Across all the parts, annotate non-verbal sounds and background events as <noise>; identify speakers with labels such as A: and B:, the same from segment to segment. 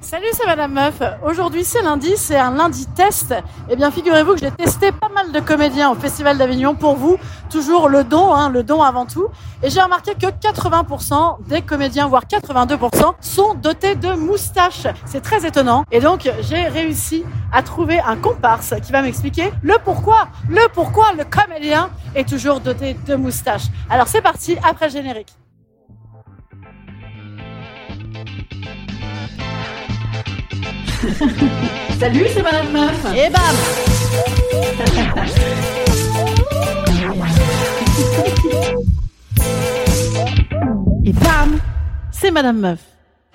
A: Salut, c'est Madame Meuf. Aujourd'hui, c'est lundi, c'est un lundi test. Eh bien, figurez-vous que j'ai testé pas mal de comédiens au Festival d'Avignon pour vous. Toujours le don, hein, le don avant tout. Et j'ai remarqué que 80% des comédiens, voire 82%, sont dotés de moustaches. C'est très étonnant. Et donc, j'ai réussi à trouver un comparse qui va m'expliquer le pourquoi, le pourquoi le comédien est toujours doté de moustaches. Alors, c'est parti, après le générique.
B: Salut, c'est Madame Meuf.
A: Et bam Et bam C'est Madame Meuf.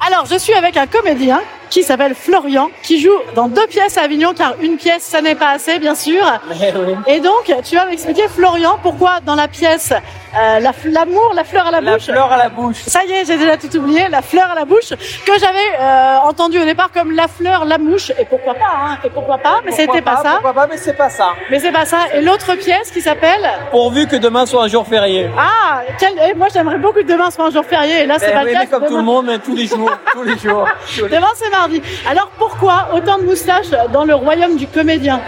A: Alors, je suis avec un comédien qui s'appelle Florian, qui joue dans deux pièces à Avignon, car une pièce, ça n'est pas assez, bien sûr. Et donc, tu vas m'expliquer, Florian, pourquoi dans la pièce euh, la f- L'amour, la, fleur à la,
B: La
A: bouche
B: fleur à la bouche.
A: Ça y est, j'ai déjà tout oublié, la fleur à la bouche, que j'avais euh, entendu au départ comme la fleur, la mouche, et pourquoi pas, hein, et pourquoi pas, mais
B: Pourquoi
A: c'était pas, ça.
B: Pourquoi pas, mais c'est pas ça.
A: Mais c'est pas ça. Et l'autre pièce qui s'appelle
B: Pourvu que demain soit un jour férié.
A: Ah, quel... eh, moi j'aimerais beaucoup que demain soit un jour férié. Et là, c'est
B: Eh
A: pas
B: oui,
A: le cas.
B: mais comme tout
A: demain-
B: le monde, mais tous les
A: <laughs>
B: jours, tous les jours. Tous les-
A: Demain, c'est mardi. Alors pourquoi autant de moustaches dans le royaume du comédien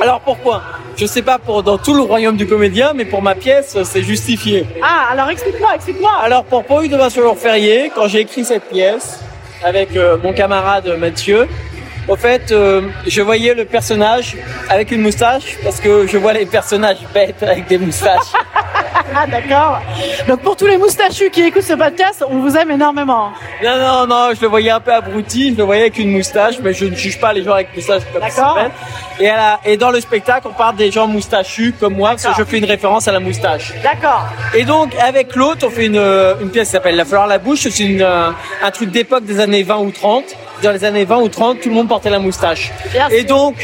B: Alors pourquoi Je sais pas pour dans tout le royaume du comédien, mais pour ma pièce, c'est justifié.
A: Ah, alors explique-moi, explique-moi. <laughs>
B: Alors pour Pourvu que demain soit un jour férié, quand j'ai écrit cette pièce avec euh, mon camarade Mathieu, au fait, euh, je voyais le personnage avec une moustache parce que je vois les personnages bêtes avec des moustaches.
A: Ah, d'accord. Donc pour tous les moustachus qui écoutent ce podcast, on vous aime énormément.
B: Non, non, non, je le voyais un peu abruti, je le voyais avec une moustache, mais je ne juge pas les gens avec moustache comme ça
A: D'accord.
B: s'appelle. Et, à la- et dans le spectacle, on parle des gens moustachus comme moi, parce que je
A: D'accord.
B: fais une référence à la moustache.
A: D'accord.
B: Et donc, avec l'autre, on fait une, euh, une pièce qui s'appelle La fleur à la bouche, c'est une, euh, un truc d'époque des années 20 ou 30. Dans les années 20 ou 30, tout le monde portait la moustache.
A: Bien
B: Et
A: sûr.
B: donc,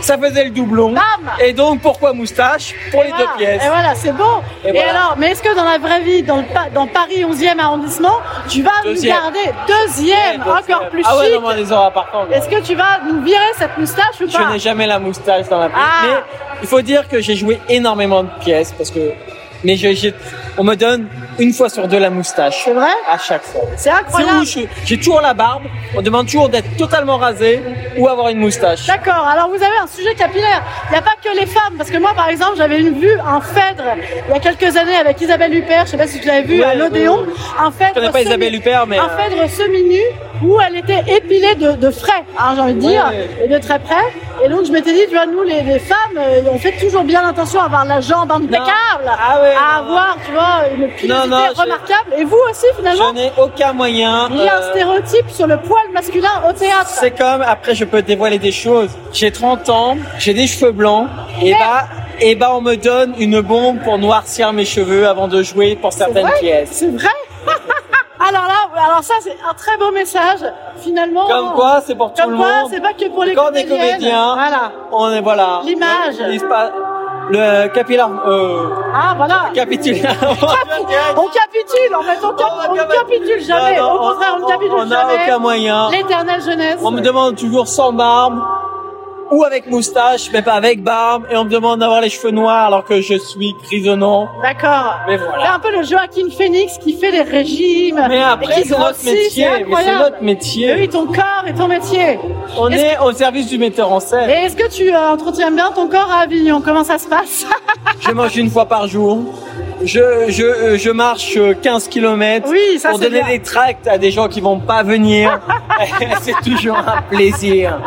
B: ça faisait le doublon.
A: Bam
B: et donc, pourquoi moustache Pour les
A: voilà.
B: deux pièces.
A: Ah, Et voilà, c'est bon.
B: Et
A: Et,
B: voilà.
A: alors, mais est-ce que dans la vraie vie, dans, le, pa- dans Paris 11e arrondissement, tu vas
B: Deuxième.
A: nous garder
B: Et
A: deuxième,
B: donc,
A: encore
B: c'est-
A: plus
B: Ah ouais, non,
A: chic
B: mais on les aura par contre.
A: Est-ce que tu vas nous virer cette moustache ou
B: Je
A: pas
B: n'ai jamais la moustache dans ma pièce.
A: Bah. Ah.
B: Mais il faut dire que j'ai joué énormément de pièces parce que. Mais je, j'ai- on me donne une fois sur deux la moustache.
A: C'est vrai
B: À chaque fois.
A: C'est
B: C'est
A: incroyable.
B: où je- j'ai toujours la barbe. On demande toujours d'être totalement rasé ou avoir une moustache.
A: D'accord, alors vous avez un sujet capillaire. Il n'y a pas que les femmes, parce que moi par exemple j'avais une vue, un phèdre, il y a quelques années avec Isabelle Huppert, je sais pas si tu l'avais vu
B: Ouais,
A: à l'Odéon,
B: ouais, ouais.
A: un phèdre,
B: connais pas
A: semi-
B: Isabelle Huppert, mais,
A: un
B: euh,
A: phèdre semi-nu où elle était épilée de, de frais, hein, j'ai envie de dire,
B: Ouais.
A: et de très près. Et donc je m'étais dit, tu vois, nous les, les femmes, euh, on fait toujours bien attention à avoir la jambe impeccable,
B: Ah ouais,
A: à
B: non.
A: avoir, tu vois, une pilosité
B: non, je-
A: remarquable. Et vous aussi finalement,
B: Je n'ai aucun moyen.
A: il y a un
B: euh,
A: stéréotype sur le poil masculin au théâtre.
B: c'est comme, après je peux dévoiler des choses. J'ai 30 ans, j'ai des cheveux blancs, et bah, et bah on me donne une bombe pour noircir mes cheveux avant de jouer pour certaines
A: vrai
B: pièces.
A: C'est vrai <laughs> Alors là, alors ça c'est un très beau message finalement.
B: Comme quoi, c'est pour tout
A: Comme
B: le
A: quoi,
B: monde.
A: c'est pas que pour les
B: Quand on est
A: comédiennes.
B: comédien,
A: Voilà.
B: on est voilà.
A: L'image.
B: On utilise pas le capillaire. Euh,
A: Ah voilà. <laughs>
B: capitulaire. <laughs>
A: On capitule, en fait, on, cap- on ne capitule jamais.
B: Non, non,
A: Au contraire, on ne capitule
B: on n'a
A: jamais.
B: aucun moyen.
A: L'éternelle jeunesse.
B: On me demande toujours sans barbe ou avec moustache, mais pas avec barbe. Et on me demande d'avoir les cheveux noirs alors que je suis grisonnant.
A: D'accord.
B: Mais voilà.
A: C'est un peu le Joaquin Phoenix qui fait les régimes.
B: Mais
A: et
B: après,
A: qui
B: c'est notre
A: grossit,
B: métier. Mais c'est
A: incroyable. Eh
B: notre métier.
A: Oui, ton corps et ton métier.
B: On
A: Est-ce
B: est au service du metteur en
A: Et
B: scène.
A: est-ce que tu euh, entretiens bien ton corps à Avignon Comment ça se passe <laughs>
B: Je mange une fois par jour. je, je, je marche 15 km
A: Oui, ça
B: pour
A: c'est
B: donner
A: bien.
B: des tracts à des gens qui vont
A: <laughs>
B: pas venir. <laughs> c'est toujours un plaisir.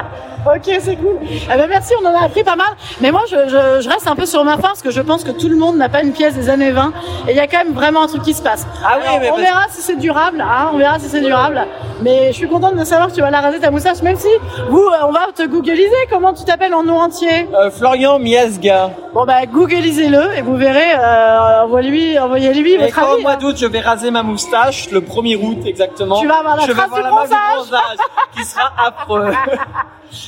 A: Ok, c'est cool. Eh ben, merci, on en a appris pas mal. Mais moi, je, je, je reste un peu sur ma fin parce que je pense que tout le monde n'a pas une pièce des années 20. Et il y a quand même vraiment un truc qui se passe.
B: Ah oui, mais
A: on
B: parce-
A: verra si c'est durable. hein, on verra si c'est durable. Mais je suis contente de savoir que tu vas la raser ta moustache, même si vous, euh, on va te googliser. Comment tu t'appelles en nom entier
B: Euh, Florian Miasga.
A: Bon, bah, googlisez-le et vous verrez. Euh, envoyez-lui, envoyez-lui
B: Et
A: votre
B: quand au
A: avis.
B: mois d'août, je vais raser ma moustache, le 1er août exactement.
A: Tu vas avoir la
B: je vais
A: trace
B: avoir
A: du
B: la marque
A: bronzage.
B: qui sera
A: <laughs>
B: affreux.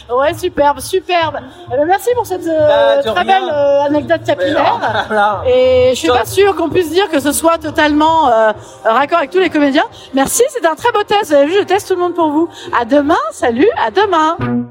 A: Ouais, superbe, superbe. Eh ben, merci pour cette euh,
B: Bah, de
A: très
B: rien.
A: belle euh, anecdote capillaire.
B: Voilà.
A: Et je suis
B: Ah. Ça-
A: pas sûre qu'on puisse dire que ce soit totalement euh, raccord avec tous les comédiens. Merci, c'est un très beau test. Vous avez vu, je teste tout le monde pour vous. À demain, salut, à demain.